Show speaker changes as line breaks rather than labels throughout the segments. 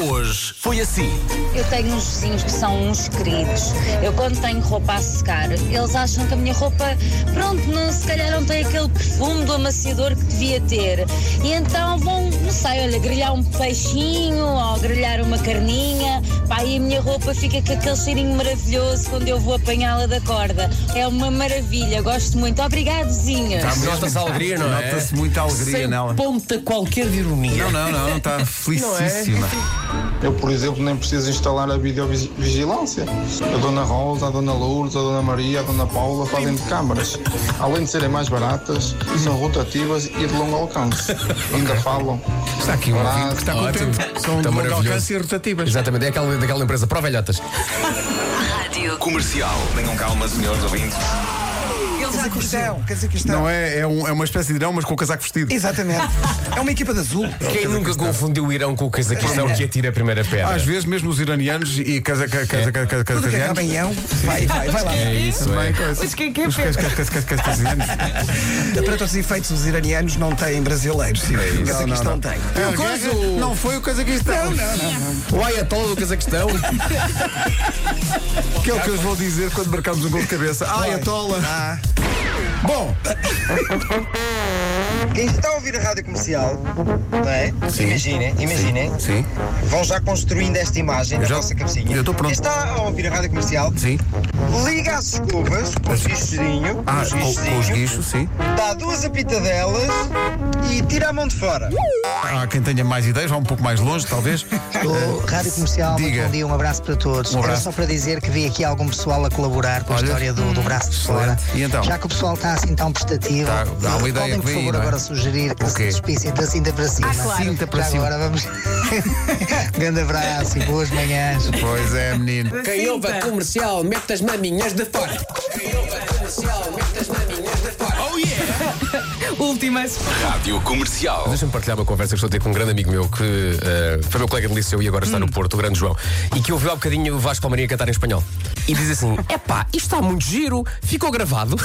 hoje foi assim.
Eu tenho uns vizinhos que são uns queridos. Eu quando tenho roupa a secar, eles acham que a minha roupa, pronto, não, se calhar não tem aquele perfume do amaciador que devia ter. E então vão, não sei, olha, grelhar um peixinho ou grelhar uma carninha. Pá, e a minha roupa fica com aquele cheirinho maravilhoso quando eu vou apanhá-la da corda. É uma maravilha, gosto muito. Obrigado, vizinhas.
Nota-se a alegria, não é?
Nota-se muita alegria
Sem
nela.
ponta qualquer de ironia. é?
Não, não, não, não
tá
está felicíssima.
Eu, por exemplo, nem preciso instalar a videovigilância. A Dona Rosa, a Dona Lourdes, a Dona Maria, a Dona Paula fazem de câmaras. Além de serem mais baratas, são rotativas e de longo alcance. Ainda falam.
Está aqui um
tá
ouvinte que está
Ótimo.
contente. São
Está
de longo
Tá maravilhoso.
alcance e rotativas.
Exatamente, é aquela, daquela empresa para velhotas.
Comercial. Tenham calma, senhores ouvintes.
Casaco cristão, casaco cristão.
Não é? É, um- é uma espécie de irão, mas com o casaco vestido.
Exatamente. É uma equipa de azul.
Quem nunca confundiu o Irão com o Cazaquistão que atira a primeira pedra?
É. Às vezes, mesmo os iranianos e casa, casa, casa, casa, casa,
Tudo que
casa-
acaba em ão. Vai, vai, vai lá.
É isso, É
Também coisa.
Os que- que-
Os cas- cas- cas- cas- cas- casasianos.
Para todos os efeitos, os iranianos não têm brasileiros. Sim,
É Não, não,
não
não.
tem.
É, a
coisa,
guerra
o-
Não foi o Cazaquistão.
O Ayatollah do Cazaquistão.
Que é o que eles vão dizer quando marcamos um gol de cabeça. Ai, a tola. Bom,
Quem está a ouvir a rádio comercial, não é?
Sim.
Imaginem, imaginem.
Sim.
Vão já construindo esta imagem na
já-
vossa cabecinha.
eu estou pronto.
Quem está a ouvir a rádio comercial,
sim.
liga as escovas com os guichozinho,
Ah,
os
com, com os
guichozinho,
guichos, sim.
dá duas apitadelas e tira a mão de fora.
Há Ah, quem tenha mais ideias, vá um pouco mais longe, talvez.
Ô, Rádio Comercial, muito
Eh, Diga.
bom dia, um abraço para todos.
Um abraço.
Era só para dizer que vi aqui algum pessoal a colaborar com a
Olha. hum,
história do, do braço de fora.
Excelente. E então?
Já que o pessoal está assim tão prestativo,
Tá, dá uma
podem,
ideia que
por
vem aí,
favor,
não é?
agora sugerir que
O
se
quê?
despissem da cinta para cima.
claro.
Cinta para
Já
cima.
agora vamos. Grande abraço e boas manhãs.
Pois é, menino.
Quem ouve a comercial, mete as maminhas de fora.
Últimas.
Rádio Comercial.
Oh. Deixa-me partilhar uma conversa que estou a ter com um grande amigo meu que eh, foi meu colega de liceu e agora está no Porto, o grande João, e que ouviu há bocadinho o Vasco Palmarinha cantar em espanhol. E diz assim: epá, isto está muito giro, ficou gravado.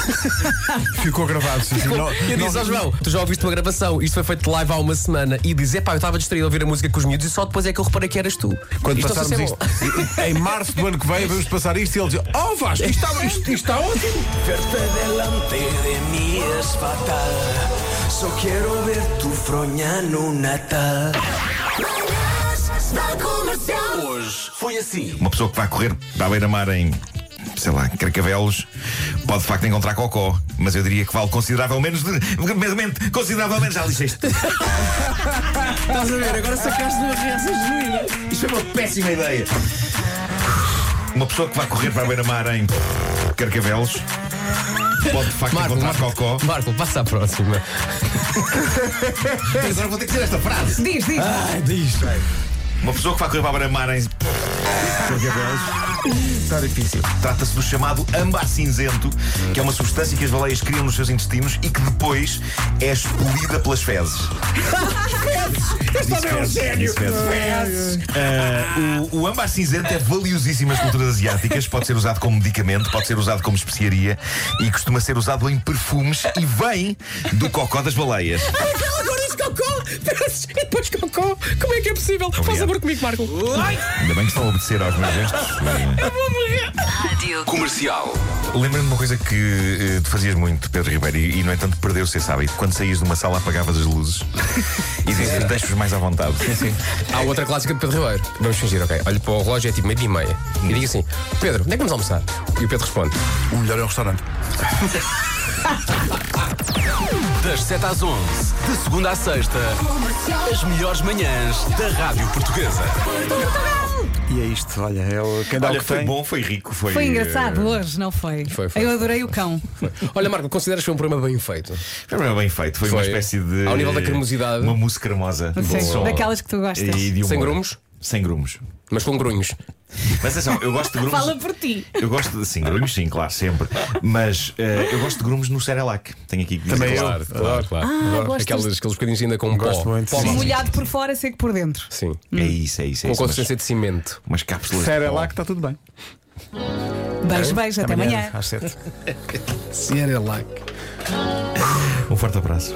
Ficou gravado, sim, sim. Não-
E eu disse ao João: tu já ouviste uma gravação, isto foi feito live há uma semana. E diz: epá, eu estava distraído a ouvir a música com os miúdos e só depois é que eu reparei que eras tu.
Quando
Isto não sei
passarmos
se é
isto,
bom.
em março do ano que vem, vamos passar isto e ele diz: Oh Vasco, isto está, isto, isto está ótimo.
Verte delante de mí es fatal. Só quiero ver tu froñano natal.
Uma pessoa que vai correr da beira-mar em, sei lá, Carcavelos, pode de facto encontrar cocó. Mas eu diria que vale consideravelmente. Consideravelmente, consideravelmente já lixei isto.
Estás a ver? Agora sacaste uma reação genuína.
Isto é uma péssima ideia. Uma pessoa que vai correr para a beira-mar em Carcavelos, pode de facto
Marco,
encontrar
Marco,
cocó.
Marco, passa à próxima.
Agora vou ter que dizer esta frase.
Diz, diz.
Uma pessoa que vai correr para a beira-mar em
Está difícil.
Trata-se do chamado âmbar cinzento, que é uma substância que as baleias criam nos seus intestinos e que depois é expelida pelas fezes. Este homem é um gênio! o, o âmbar cinzento é valiosíssimo nas culturas asiáticas, pode ser usado como medicamento, pode ser usado como especiaria e costuma ser usado em perfumes e vem do cocó das baleias.
Aquela agora diz cocó, peças e depois cocó. Como é que é possível? Faz amor comigo, Marco. Ai,
Ainda bem que estão a obedecer aos meus gestos.
eu vou morrer.
Comercial. Lembra-me de uma coisa que eh, tu fazias muito, Pedro Ribeiro, e, e, no entanto perdeu-se esse hábito. Quando saías de uma sala, apagavas as luzes e dizias, deixa-os mais à vontade.
Há outra clássica de Pedro Ribeiro. Vamos fingir, ok? Olho para o relógio, é tipo meio-dia e meia. E digo assim: Pedro, onde é que vamos almoçar? E o Pedro responde:
O melhor é o restaurante.
Das 7 às 11, de segunda à sexta, as melhores manhãs da Rádio Portuguesa.
E é isto, olha, é o, quem dá
Olha,
o que
foi
tem.
bom, foi rico, foi.
Foi
eh,
engraçado Ah, hoje, não foi?
Foi, foi.
Eu adorei o cão.
Olha, Marco, consideras que foi um programa bem feito?
Foi um programa bem feito, foi, uma
Foi.
espécie de.
Ao nível da cremosidade.
Uma mousse cremosa.
Sim,
de som
daquelas que tu gostas.
e de
Sem
humor.
grumos?
Sem grumos.
Mas com grunhos.
Mas atenção, eu gosto de grumos.
Fala por ti.
Eu gosto de. Sim, grumos, sim, claro, sempre. Mas eh, eu gosto de grumos no Cerelac. Tenho aqui que dizer.
Também eu.
claro.
claro, claro.
gostas
Aquelas, aqueles bocadinhos ainda com
Gosto
pó.
muito,
pó
sim.
mas-
Molhado por fora, seco por dentro.
Sim.
É isso, é isso. É
Com
isso, umas-
consistência de cimento.
Umas cápsulas. de
Sério,
pó.
é lá que está tudo bem.
Beijo, beijo, até amanhã.
Às sete. Sério, lá que.
Um forte abraço.